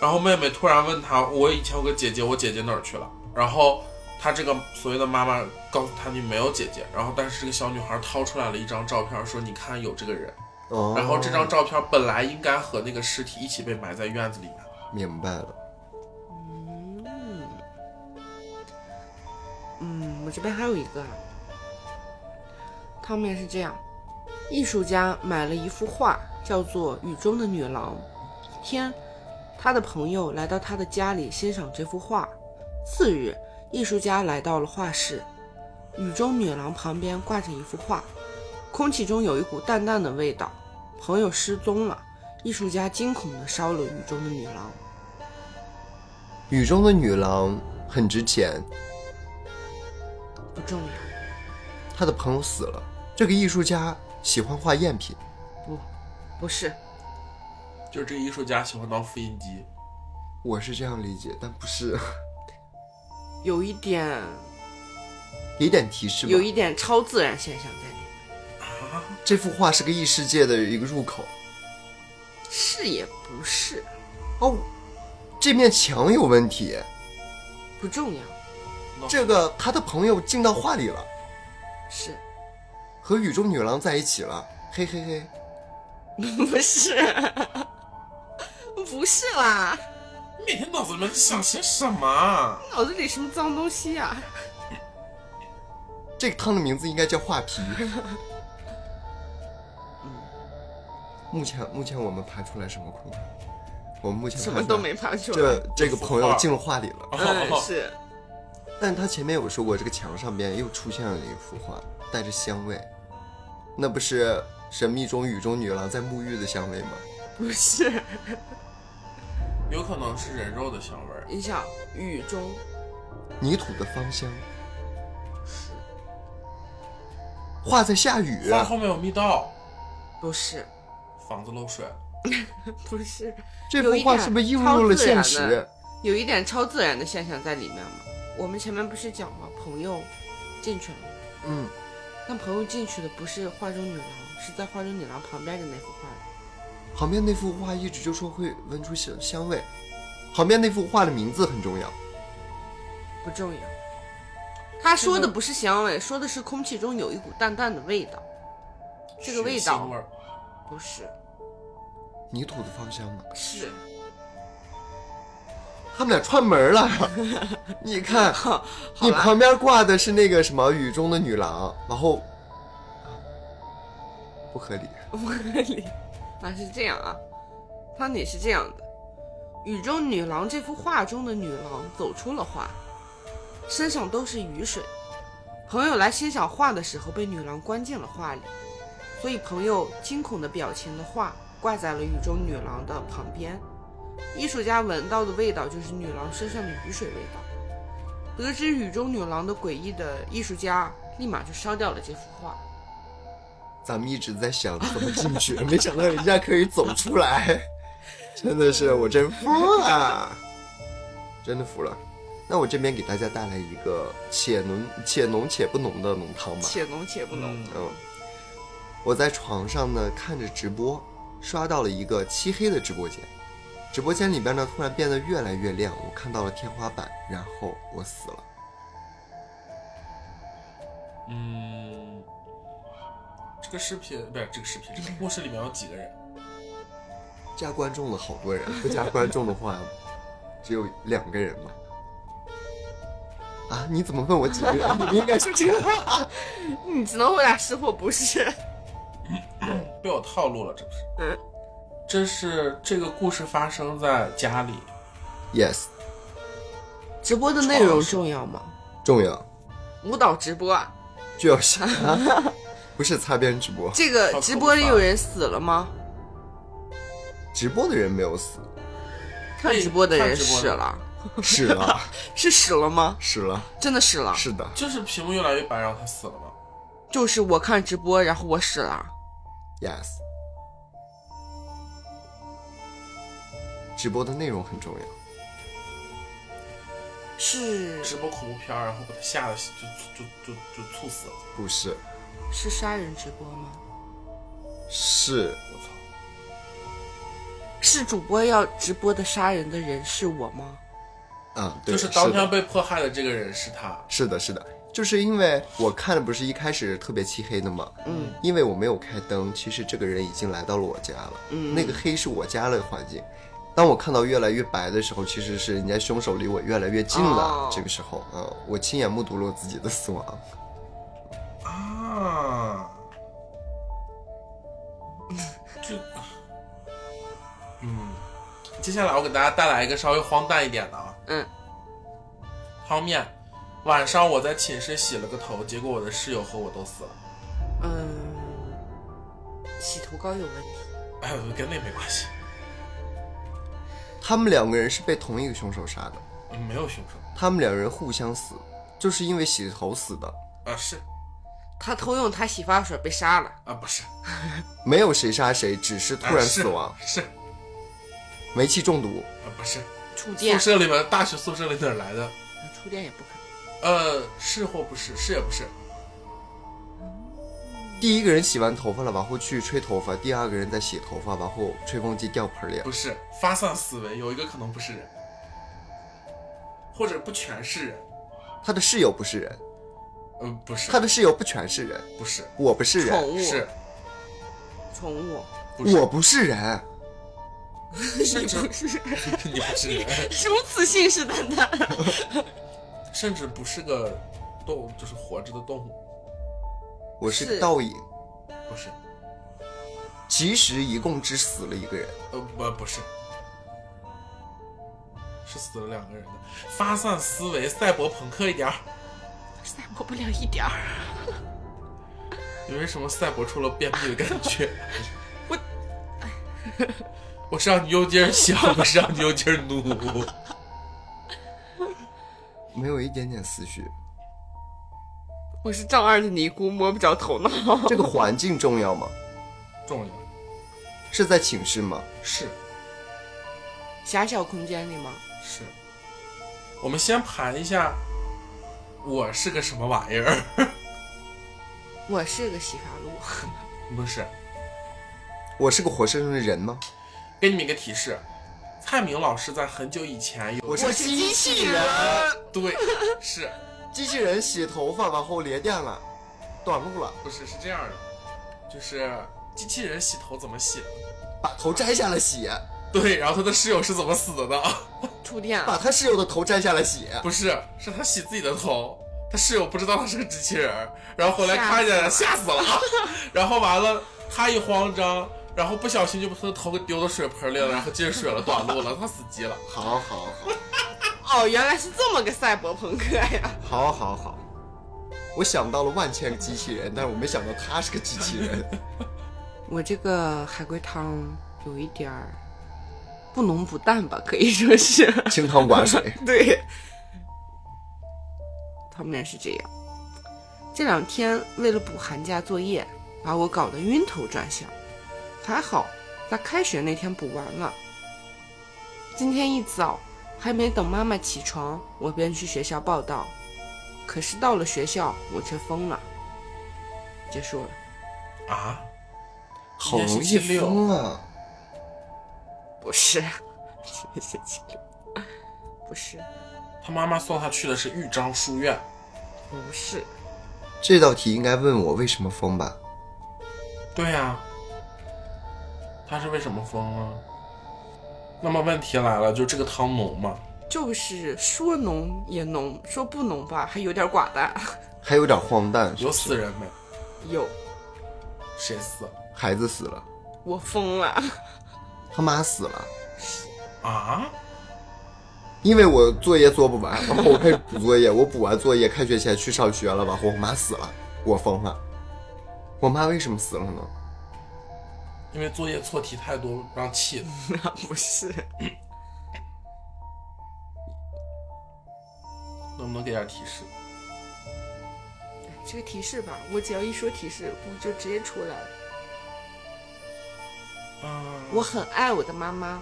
A: 然后妹妹突然问她：“我以前有个姐姐，我姐姐哪儿去了？”然后她这个所谓的妈妈告诉她：“你没有姐姐。”然后但是这个小女孩掏出来了一张照片，说：“你看有这个人。”
C: 哦，
A: 然后这张照片本来应该和那个尸体一起被埋在院子里面。
C: 明白了，
B: 嗯，我这边还有一个啊，汤面是这样：艺术家买了一幅画，叫做《雨中的女郎》。天，他的朋友来到他的家里欣赏这幅画。次日，艺术家来到了画室，雨中女郎旁边挂着一幅画，空气中有一股淡淡的味道。朋友失踪了，艺术家惊恐地烧了雨中的女郎。
C: 雨中的女郎很值钱，
B: 不重要。
C: 她的朋友死了，这个艺术家喜欢画赝品，
B: 不，不是，
A: 就是这个艺术家喜欢当复印机，
C: 我是这样理解，但不是， <laughs>
B: 有一点，
C: 给点提示吧。
B: 有一点超自然现象在里面。
C: 这幅画是个异世界的一个入口
B: 是也不是，
C: 哦，这面墙有问题，
B: 不重要。
C: 这个他的朋友进到画里了，
B: 是，
C: 和雨中女郎在一起了，嘿嘿嘿，
B: <laughs> 不是， <laughs> 不是啦！
A: 你每天脑子里面在想些什么啊？
B: 脑子里什么脏东西啊 <laughs> 呀、
C: 这个汤的名字应该叫画皮。目前目前我们爬出来什么困难？我们目前
B: 什
C: 爬
B: 么
C: 出
B: 都
C: 来
B: 没爬出来。
C: 这 <laughs> 这个朋友进入话里
A: 哦
C: 了，
B: 嗯，是，
C: 但他前面有说过，这个墙上边又出现了一幅画，带着香味，那不是神秘中雨中女郎在沐浴的香味吗？
B: 不是？
A: 有可能是人肉的香味儿。
B: 你想，雨中
C: 泥土的芳香，画在下雨，
A: 画后面有密道，
B: 不是，
A: 房子漏水，
B: 不是，
C: 这幅画是不是映入了
B: 有一
C: 现
B: 点
C: 实？
B: 有一点超自然的现象在里面嘛。我们前面不是讲吗？朋友进去了吗，
C: 嗯，
B: 但朋友进去的不是画中女郎，是在画中女郎旁边的那幅画。
C: 旁边那幅画一直就说会闻出香香味，旁边那幅画的名字很重要。
B: 不重要。他说的不是香味，说的是空气中有一股淡淡的味道。这个味
A: 血腥
B: 道
A: 味儿
B: 不是，
C: 泥土的芳香嘛，
B: <laughs> 是
C: 他们俩串门了。 <laughs> 你看，
B: 好
C: 你
B: 吧？
C: 旁边挂的是那个什么雨中的女郎，然后啊不合理。
B: <laughs> 啊，是这样啊，汤底是这样的：雨中女郎这幅画中的女郎走出了画，身上都是雨水。朋友来欣赏画的时候，被女郎关进了画里，所以朋友惊恐的表情的画挂在了雨中女郎的旁边。艺术家闻到的味道就是女郎身上的雨水味道。得知雨中女郎的诡异的艺术家，立马就烧掉了这幅画。
C: 咱们一直在想怎么进去，没想到人家可以走出来，真的是我真服了，真的服了。那我这边给大家带来一个且浓且浓且不浓的浓汤吧。
B: 且浓且不浓。
A: 嗯
C: 嗯，我在床上呢看着直播，刷到了一个漆黑的直播间，直播间里边呢突然变得越来越亮，我看到了天花板，然后我死了。
A: 嗯，这个视频不是这个视频，这个故事里面有几个人？
C: 加观众了好多人， <laughs> 不加观众的话，只有两个人嘛。啊，你怎么问我几
A: <laughs>
C: 个人？你们应该说这个。
B: 你 <laughs> 只能回答是或不是。
A: 被我套路了，这不是？
B: 嗯，
A: 这是这个故事发生在家里，
C: Yes，
B: 直播的内容重要吗？
C: 重要，
B: 舞蹈直播啊，
C: 就要是、啊、不是擦边直播，
B: 这个直播里有人死了吗？
C: 直播的人没有死，
B: 看直播的人
A: 看直播
B: 死
A: 的
B: 了，
C: 是了，
A: 啊
B: 是死了吗？
C: <laughs> 是了，
B: 真的死了，
C: 是的，
A: 就是屏幕越来越白，然后他死了嘛。
B: 就是我看直播，然后我死了。
C: Yes，直播的内容很重要。
B: 是
A: 直播恐怖片儿，然后把他吓得就就就就就猝死了。
C: 不是，
B: 是杀人直播吗？
C: 是
A: 我操！
B: 是主播要直播的杀人的人是我吗？
C: 啊，对，
A: 就是当
C: 的
A: 天被迫害的这个人是他。
C: 是的，是的，就是因为我看的不是一开始特别漆黑的嘛，
B: 嗯，
C: 因为我没有开灯，其实这个人已经来到了我家了，
B: 嗯
C: 那个黑是我家的环境。当我看到越来越白的时候，其实是人家凶手离我越来越近了。
B: 哦
C: 这个时候，嗯，我亲眼目睹了我自己的死亡。
A: 啊，这，嗯，接下来我给大家带来一个稍微荒诞一点的啊，
B: 嗯，
A: 汤面。晚上我在寝室洗了个头，结果我的室友和我都死了，
B: 嗯，洗头膏有问题。
A: 哎，跟那没关系，
C: 他们两个人是被同一个凶手杀的，
A: 嗯没有凶手
C: 他们两人互相死，就是因为洗头死的。
A: 啊，是
B: 他偷用他洗发水被杀了，
A: 啊，不是，
C: 没有谁杀谁，只是突
A: 啊
C: 然
A: 是
C: 死亡，
A: 是
C: 煤气中毒。
A: 啊，不是，
B: 触
A: 宿
B: 电，
A: 舍里面大学宿舍里哪儿来的？
B: 触电也不可以。
A: 呃，是或不是，是也不是，
C: 第一个人洗完头发了，往后去吹头发；第二个人在洗头发，往后吹风机掉盆里了
A: 不。是发散思维，有一个可能不是人，或者不全是人，
C: 他的室友不是人，
A: 呃，不是，
C: 他的室友不全是人，
A: 不是，
C: 我不是
B: 宠
C: 人，
B: 物
A: 是，
B: 宠物，
A: 不是
C: 我不是人，
A: 甚至 <laughs>
B: <laughs>
A: 你不是人，
B: 如此信誓旦 <laughs> 旦。
A: 甚至不是个动物，就是活着的动物，
C: 我是
B: 是
C: 倒影。
A: 不是，
C: 其实一共只死了一个人。
A: 呃，不，不是，是死了两个人的。发散思维，赛博朋克一点儿。
B: 再摸不了一点儿。
A: 你为什么赛博出了便秘的感觉？我， <laughs> 我是让你用劲儿想，不是让你用劲儿 <laughs> 努。
C: 没有一点点思绪。
B: 我是丈二的尼姑，摸不着头脑。
C: 这个环境重要吗？
A: 重要
C: 是在寝室吗？
A: 是
B: 狭小空间里吗？
A: 是，我们先盘一下，我是个什么玩意儿？
B: 我是个洗发露，
A: 不是，
C: 我是个活生生的人吗？
A: 给你们一个提示，蔡明老师在很久以前有
C: 我是机器人，
A: 对，是
C: 机器人洗头发往后连电了，短路了，
A: 不是是这样的？就是机器人洗头怎么洗？
C: 把头摘下来洗，
A: 对，然后他的室友是怎么死的呢？ <laughs>
B: 触电啊
C: 把
B: 了。
C: 他室友的头摘下来洗。
A: 不是，是他洗自己的头。他室友不知道他是个机器人儿，然后回来看见了，吓死了。 <laughs> 然后完了，他一慌张，然后不小心就把他的头给丢到水盆里了，然后进水了，短路了，他死机了。
C: 好好好，
B: 哦，原来是这么个赛博朋克呀！
C: 好好好，我想到了万千个机器人，但是我没想到他是个机器
A: <laughs>
C: 人。
B: 我这个海龟汤有一点儿不浓不淡吧，可以说是。
C: 清汤
A: <laughs>
C: 寡 <laughs> 水，
B: 对，他们俩是这样。这两天为了补寒假作业，把我搞得晕头转向。还好在开学那天补完了。今天一早还没等妈妈起床，我便去学校报到。可是到了学校，我却疯了。结束了，
A: 啊？
C: 好容易疯啊！
B: 不是，星期六，不是，
A: 他妈妈送他去的是豫章书院。
B: 不是，
C: 这道题应该问我为什么疯吧？
A: 对呀、他是为什么疯啊？那么问题来了，就这个汤浓吗？
B: 就是说浓也浓，说不浓吧还有点寡淡。
C: 还有点荒诞，
A: 有死人没？
B: 有，
A: 谁死？
C: 孩子死了，
B: 我疯了。 <laughs>
C: 他妈死了，
A: 啊？
C: 因为我作业做不完，然后我开始补作
A: <laughs>
C: 业，我补完作业，开学前去上学了，然后我妈死了，我疯了。我妈为什么死了呢？
A: 因为作业错题太多，让气的。
B: 那不是，
A: 能不能给点提示？
B: 这个提示吧，我只要一说提示，我就直接出来了。
A: 嗯，
B: 我很爱我的妈妈，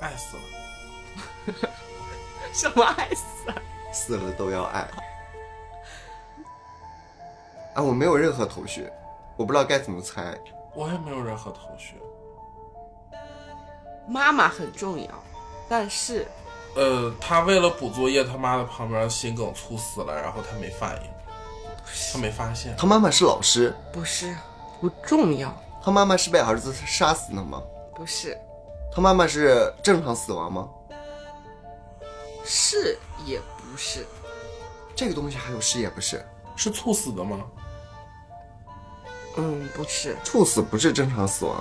A: 爱死了。
B: <laughs> 什么爱死啊？
C: 死了都要爱。啊，我没有任何头绪，我不知道该怎么猜。
A: 我也没有任何头绪。
B: 妈妈很重要，但是
A: 呃，他为了补作业，他妈的旁边心梗猝死了，然后他没反应，他没发现。
C: 他妈妈是老师，
B: 不是不重要？
C: 他妈妈是被儿子杀死的吗？
B: 不是
C: 他妈妈是正常死亡吗？
B: 是也不是，
C: 这个东西还有是也不是，
A: 是猝死的吗？
B: 嗯，不是，
C: 猝死不是正常死亡，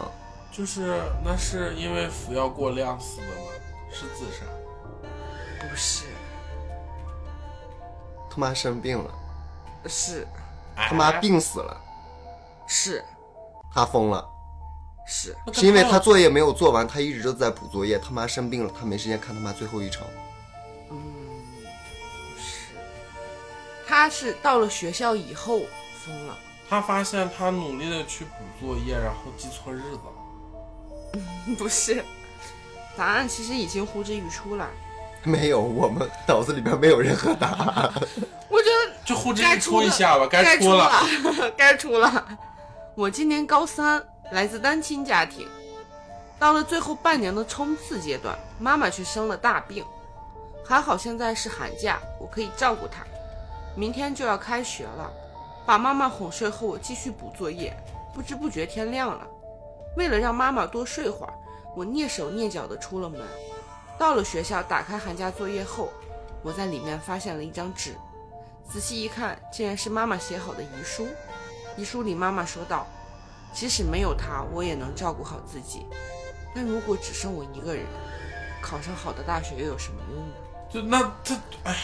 A: 就是那是因为服药过量死的吗？是自杀。
B: 不是，
C: 他妈生病了，
B: 是
A: 哎
C: 他妈病死了，
B: 是
C: 他疯了。
B: 是，
A: 那跟
C: 是因为他
A: 有
C: 作业没有做完，他一直都在补作业。他妈生病了，他没时间看他妈最后一场。
B: 嗯，不是，他是到了学校以后疯了，
A: 他发现他努力的去补作业，然后记错日子了。
B: <laughs> 不是，答案其实已经呼之欲出了。
C: 没有，我们脑子里边没有任何答案。
B: 我觉得
A: 就呼之
B: 该
A: 欲
B: 出
A: 出一
B: 了
A: 下吧，
B: 该
A: 出了。
B: 了， <laughs> 该出了。我今年高三，来自单亲家庭，到了最后半年的冲刺阶段，妈妈却生了大病，还好现在是寒假，我可以照顾她。明天就要开学了，把妈妈哄睡后，我继续补作业。不知不觉天亮了，为了让妈妈多睡会儿，我蹑手蹑脚的出了门。到了学校，打开寒假作业后，我在里面发现了一张纸，仔细一看，竟然是妈妈写好的遗书。遗书里妈妈说道：“即使没有他，我也能照顾好自己。但如果只剩我一个人，考上好的大学又有什么用呢？
A: 就那他，哎呀，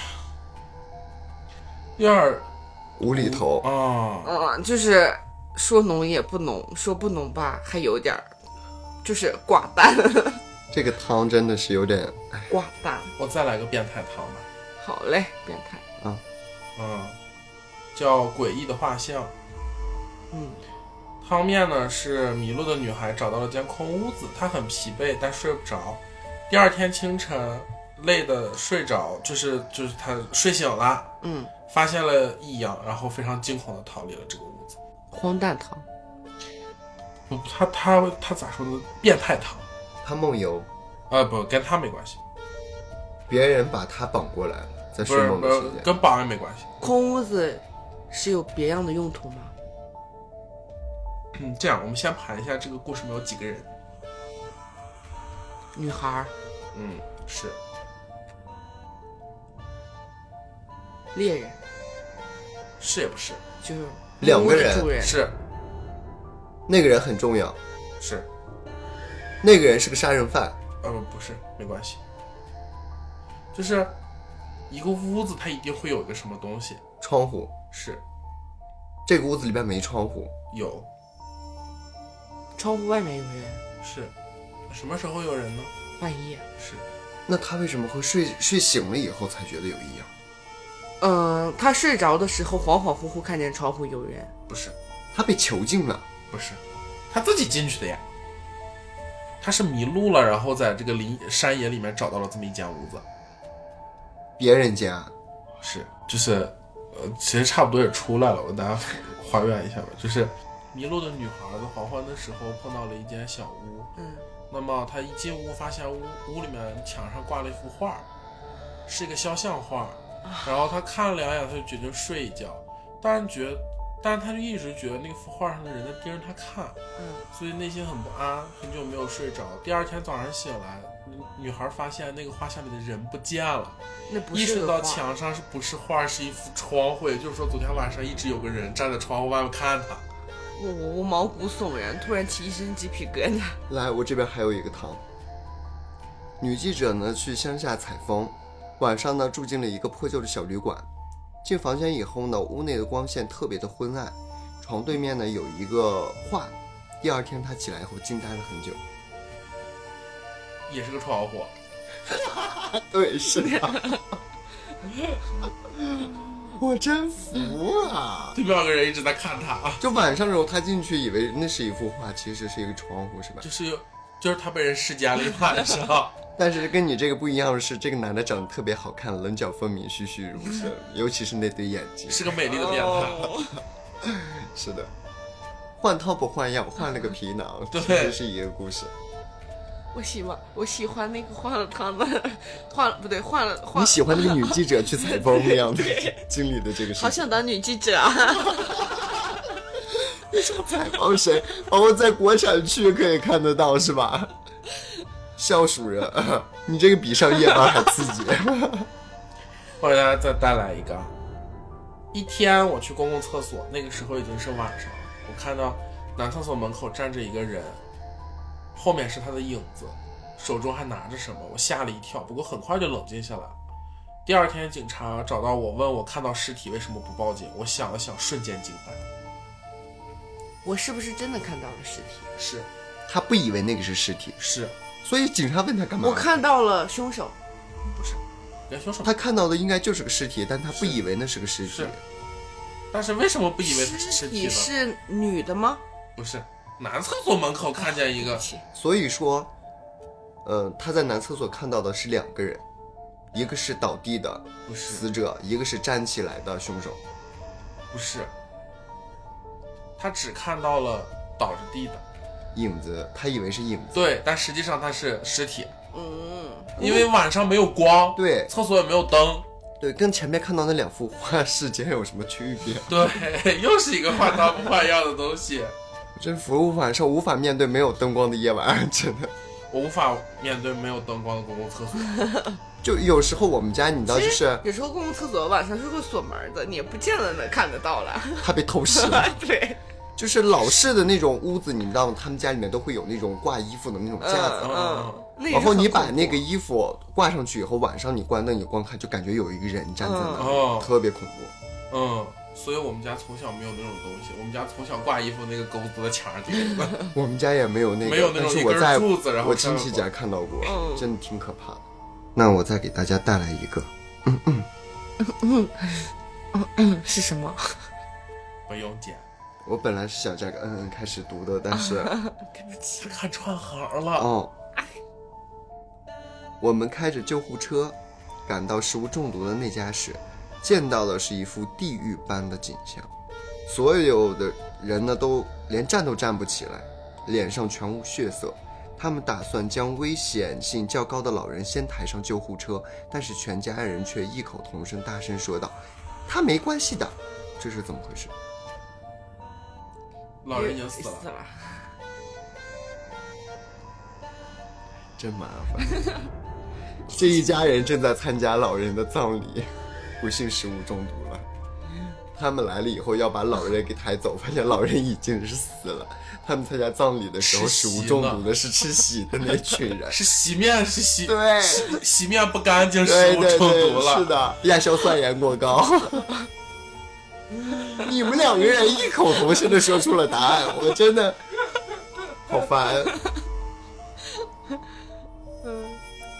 A: 有点儿
C: 无厘头。
A: 啊，
B: 嗯，就是说浓也不浓，说不浓吧，还有点儿，就是寡淡，
C: 这个汤真的是有点，
B: <laughs> 寡淡。
A: 我再来个变态糖吧，
B: 好嘞，变态。
A: 嗯，叫诡异的画像。
B: 嗯，
A: 汤面呢是迷路的女孩找到了间空屋子，她很疲惫，但睡不着。第二天清晨，累得睡着，就是就是她睡醒了，
B: 嗯，
A: 发现了异样，然后非常惊恐的逃离了这个屋子。
B: 荒诞糖。
A: 嗯她她她咋说呢？变态糖。
C: 他梦游，
A: 呃，不，跟她没关系，
C: 别人把他绑过来了，在
A: 不
C: 睡
A: 是
C: 梦
A: 不
C: 的
A: 是
C: 时间。
A: 跟绑也没关系。
B: 空屋子是有别样的用途吗？
A: 嗯，这样我们先盘一下这个故事里面有几个人。
B: 女孩儿
A: 嗯，是
B: 猎人
A: 是也不是？
B: 就是
C: 两个
B: 屋
C: 人
B: 的主人
A: 是
C: 那个人很重要，
A: 是，
C: 那个人是个杀人犯，
A: 呃，不是，没关系。就是一个屋子，它一定会有一个什么东西，
C: 窗户。
A: 是
C: 这个屋子里边没窗户，
A: 有
B: 窗户外面有人，
A: 是，什么时候有人呢？
B: 半夜。
A: 是
C: 那他为什么会睡睡醒了以后才觉得有异样？
B: 嗯，他睡着的时候恍恍惚惚看见窗户有人，
A: 不是
C: 他被囚禁了，
A: 不是，他自己进去的呀。他是迷路了，然后在这个林山野里面找到了这么一间屋子，
C: 别人家
A: 是，就是，呃，其实差不多也出来了，我给大家还原一下吧。就是迷路的女孩在黄昏的时候碰到了一间小屋，
B: 嗯，
A: 那么她一进屋发现屋屋里面墙上挂了一幅画，是一个肖像画，然后她看了两眼，她就决定睡一觉，但是觉，但是她就一直觉得那幅画上的人在盯着她看，
B: 嗯，
A: 所以内心很不安，很久没有睡着。第二天早上醒来，女女孩发现那个画像里的人不见了。
B: 那不
A: 意
B: 是
A: 识
B: 个
A: 到
B: 画
A: 墙上是不是画，是一幅窗户，也就是说昨天晚上一直有个人站在窗户外面看他。
B: 我我我毛骨悚然，突然起一身鸡皮疙瘩。
C: 来，我这边还有一个汤。女记者呢去乡下采风，晚上呢住进了一个破旧的小旅馆。进房间以后呢，屋内的光线特别的昏暗，床对面呢有一个画。第二天她起来以后惊呆了很久。 <laughs>
A: 也是个窗户，
C: 对，是的。 <laughs> 我真服啊了。
A: 对面有个人一直在看他，啊
C: 就晚上的时候，她进去以为那是一幅画，其实是一个窗户，是吧
A: 就？是就是他被人视奸了一晚上。 <laughs>
C: 但是跟你这个不一样的是，这个男的长得特别好看，棱角分明，栩栩如生，
B: 嗯
C: <laughs> 尤其是那对眼睛。
A: 是个美丽的变
B: 哦
A: 态，
C: 是的，换汤不换药，换了个皮
B: <laughs>
C: 囊，
A: 对
C: 其实是一个故事。
B: 我喜欢我喜欢那个换了汤的，换了不对换了换
C: 你喜欢那个女记者去采风那样的 <laughs> 经历的这个事
B: 好
C: 情，
B: 想当女记者啊！
C: 采访谁？哦，在国产剧可以看得到是吧？笑鼠人，你这个比上夜班还刺激。 <laughs>
A: 我给大家再带来一个。一天我去公共厕所，那个时候已经是晚上了，我看到男厕所门口站着一个人，后面是他的影子，手中还拿着什么，我吓了一跳，不过很快就冷静下来。第二天，警察找到我，问我看到尸体为什么不报警。我想了想，瞬间惊呆。
B: 我是不是真的看到了尸体？
A: 是
C: 他不以为那个是尸体，
A: 是，
C: 所以警察问他干嘛？
B: 我看到了凶手，
A: 不是？连凶手
C: 他看到的应该就是个尸体，但他不以为那是个尸体
A: 是。但是为什么不以为他是尸体
B: 体
A: 呢？
B: 是女的吗？
A: 不是，男厕所门口看见一个，
C: 所以说，呃，他在男厕所看到的是两个人，一个是倒地的
A: 不是
C: 死者，一个是站起来的凶手。
A: 不是，他只看到了倒着地的，
C: 影子，他以为是影子，
A: 对，但实际上他是尸体，
B: 嗯，
A: 因为晚上没有光，
C: 哦对
A: 厕所也没有灯，
C: 对，跟前面看到那两幅画世界有什么区别？ <laughs>
A: 对， <laughs> 又是一个换汤不换药的东西，
C: 我真服，晚上无法面对没有灯光的夜晚，真的。
A: 我无法面对没有灯光的公共厕所。
C: 就有时候我们家，你知道，就
B: 其
C: 是
B: 实有时候公共厕所晚上是会锁门的，你也不见得能看得到了。 <laughs>
C: 他被偷袭了， <laughs>
B: 对，
C: 就是老式的那种屋子，你知道吗？他们家里面都会有那种挂衣服的那种架子，
B: 嗯，那
C: 然后
B: 个
C: 你
B: 很恐
C: 把那个
B: 怖啊
C: 衣服挂上去以后，晚上你关灯，你光看就感觉有一个人站在那
A: 嗯
C: 里，
A: 哦
C: 特别恐
B: <laughs>
C: 怖。
A: 嗯，所以我们家从小没有那种东西，我们家从小挂衣服那个钩子的 <laughs> 墙上顶着，
C: 我们家也没有那个，
A: 没有那
C: 但
A: 种
C: 是
A: 一
C: 我在
A: 根柱子，然后
C: 我亲戚家看到过，
B: 嗯
C: 真的挺可怕的。那我再给大家带来一个，
B: 是什么？
A: 不用剪，
C: 我本来是想这个嗯嗯开始读的，
B: <laughs>
C: 但是
B: 对不起，
A: 他看串行了，
C: 哦，我们开着救护车赶到食物中毒的那家时，见到的是一副地狱般的景象，所有的人呢都连站都站不起来，脸上全无血色。他们打算将危险性较高的老人先抬上救护车，但是全家人却异口同声大声说道：“他没关系的。”这是怎么回事？
A: 老人已经死
B: 死
A: 了，
B: 了。
C: 真麻烦。 <laughs> 这一家人正在参加老人的葬礼，不幸食物中毒了。他们来了以后要把老人给抬走，发现老人已经是死了。他们参加葬礼的时候，食
A: 吃席
C: 物
A: 呢。
C: 中毒的是吃席的那群
A: <laughs>
C: 人
A: 是洗面是洗
C: 对
A: 洗洗面不干净，食
C: 对
A: 物
C: 对
A: 中
C: 对
A: 毒，了，
C: 是的，亚硝酸盐过高。 <laughs> 你们两个人异口同声的说出了答案，我真的好烦。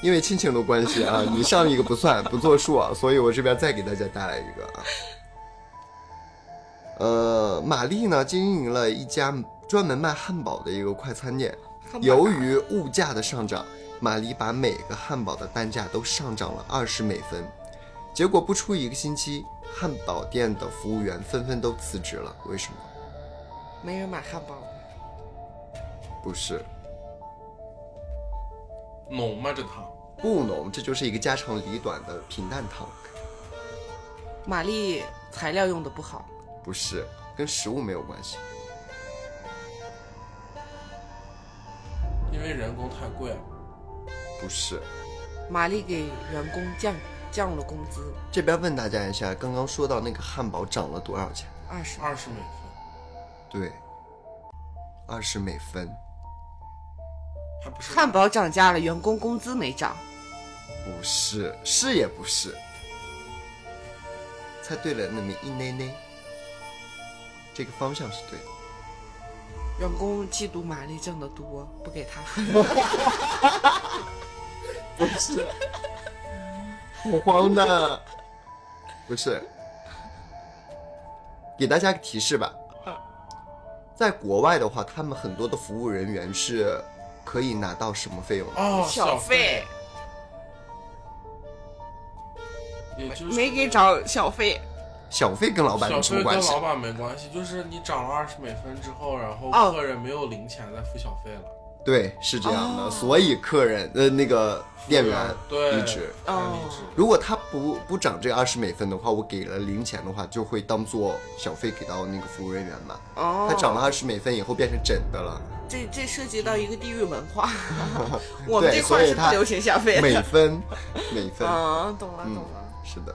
C: 因为亲情的关系
B: <laughs>
C: 啊，你上一个不算，不作数啊，所以我这边再给大家带来一个啊。呃，玛丽呢经营了一家专门卖汉堡的一个快餐店，
B: 汉堡
C: 由于物价的上涨，玛丽把每个汉堡的单价都上涨了二十美分。结果不出一个星期，汉堡店的服务员纷纷都辞职了。为什么？
B: 没人买汉堡了，
C: 不是
A: 浓吗这汤？
C: 不浓，这就是一个家长里短的平淡汤，
B: 玛丽材料用的不好，
C: 不是跟食物没有关系。
A: 因为人工太贵了，
C: 不是，
B: 玛丽给员工降降了工资
C: 这边问大家一下，刚刚说到那个汉堡涨了多少钱？
B: 二十，
A: 二十美分，
C: 对，二十美分，
A: 还不是
B: 汉堡涨价了，员工工资没涨，
C: 不是，是也不是。猜对了那么一内内，这个方向是对的。
B: 员工嫉妒玛丽挣得多，不给她。
C: 不是，恐慌的，不是。给大家个提示吧，
A: 啊
C: 在国外的话，他们很多的服务人员是可以拿到什么费用的？
A: 哦
B: 小
A: 费
B: 费，
A: 也就是
B: 没给涨小费
C: 小费跟老板有
A: 小
C: 什么
A: 费
C: 关
A: 跟
C: 系？
A: 老板没关系，就是你涨了二十美分之后，然后
B: 哦
A: 客人没有零钱再付小费了，
C: 对，是这样的，
B: 哦
C: 所以客人呃那个店员
A: 对
C: 离职。
A: 才
B: 哦
A: 离职。
C: 如果他不不涨这二十美分的话，我给了零钱的话，就会当做小费给到那个服务人员嘛。
B: 哦，
C: 他涨了二十美分以后变成整的了，
B: 这这涉及到一个地域文化， <laughs> 我们
C: 对
B: 这
C: 所
B: 块
C: 以
B: 是不
C: 他
B: 流行消费
C: 每
B: 的。
C: 分
B: <laughs>
C: 每分。
B: 啊，懂了懂
C: 嗯
B: 了。，
C: 是的。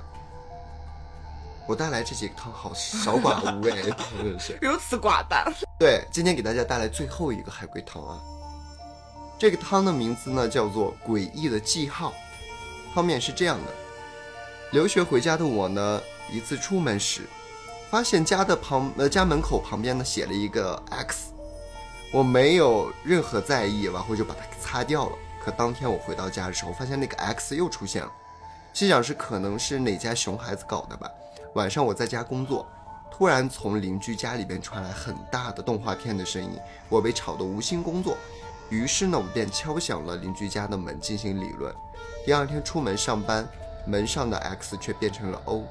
C: 我带来这几个汤好少寡无味， <laughs> 真的是。
B: 如此寡淡，
C: 对，今天给大家带来最后一个海龟汤啊。这个汤的名字呢叫做《诡异的记号》。汤面是这样的：留学回家的我呢，一次出门时，发现家的旁呃家门口旁边呢写了一个 X，我没有任何在意，然后就把它给擦掉了。可当天我回到家的时候，发现那个 X 又出现了，心想是可能是哪家熊孩子搞的吧。晚上我在家工作，突然从邻居家里边传来很大的动画片的声音，我被吵得无心工作，于是呢，我便敲响了邻居家的门进行理论。第二天出门上班，门上的 X 却变成了 O。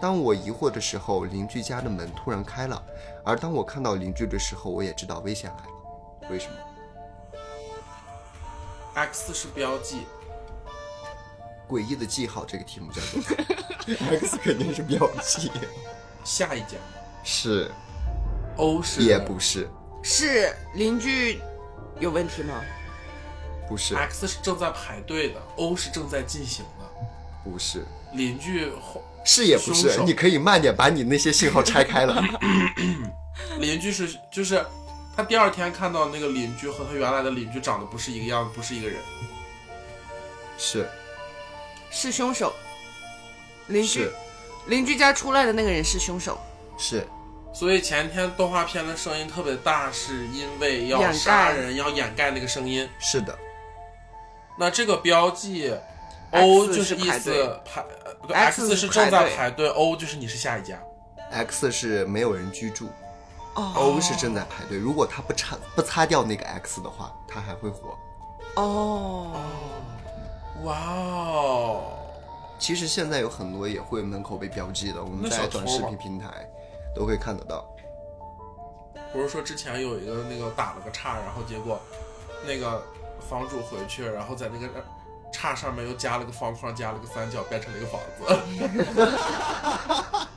C: 当我疑惑的时候，邻居家的门突然开了，而当我看到邻居的时候，我也知道危险来了。为什么？
A: X 是标记，
C: 诡异的记号这个题目叫做 X，肯 <laughs> 定是标记，
A: 下一家
C: <laughs> 是
A: O 是
C: 也不是？
B: 是邻居有问题吗？
C: 不是，
A: X 是正在排队的，O 是正在进行的。
C: 不是，
A: 邻居后
C: 是也不
A: 凶
C: 是？
A: 手 <laughs>
C: 你可以慢点把你那些信号拆开了。
A: 邻居是就是他第二天看到那个邻居和他原来的邻居长得不是一个样子，不是一个人。
C: 是
B: 是凶手。邻居
C: 是
B: 邻居家出来的那个人是凶手，
C: 是，
A: 所以前天动画片的声音特别大，是因为
B: 掩
A: 要
B: 盖
A: 杀人，要掩盖那个声音。
C: 是的，
A: 那这个标记
B: X
A: O 就是
B: 是
A: 意
B: 排
A: 思
B: 队
A: 排呃不对
B: X
A: X
B: 是
A: 是
B: 排
A: 正在
B: 队
A: 排队，O 就是你是下一家。
C: X 是没有人居住、
B: 哦
C: o 是正在排队。如果他不擦不擦掉那个 X 的话，他还会活。
B: 哦，
A: 哇哦，
C: 其实现在有很多也会门口被标记的，我们
A: 那小
C: 在
A: 偷啊
C: 短视
A: 吧
C: 频平台都会看得到。
A: 不是说之前有一个那个打了个岔，然后结果那个房主回去，然后在那个岔上面又加了个方框，加了个三角，变成了一个房子。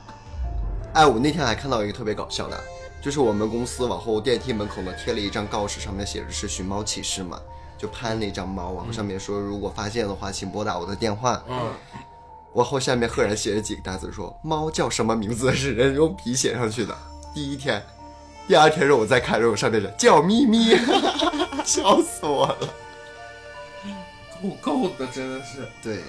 C: 哎，我那天还看到一个特别搞笑的，就是我们公司往后电梯门口呢贴了一张告示，上面写着是寻猫启事嘛，就拍了一张猫，然后上面说如果发现的话，请拨打我的电话。
A: 嗯，
C: 往后下面赫然写着几个单词说猫叫什么名字是人用笔写上去的。第一天，第二天是我在看，然后上面是叫咪咪， <laughs> 笑死我了。
A: <laughs> 够够的，真的是。
C: 对，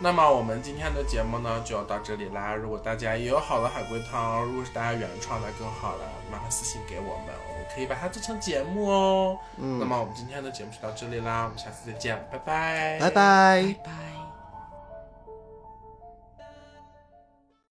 A: 那么我们今天的节目呢就要到这里啦。如果大家也有好的海龟汤，如果是大家原创的更好了，麻烦私信给我们，我们可以把它做成节目哦。
C: 嗯
A: 那么我们今天的节目就到这里啦，我们下次再见，拜拜，
C: 拜拜。
B: 拜拜。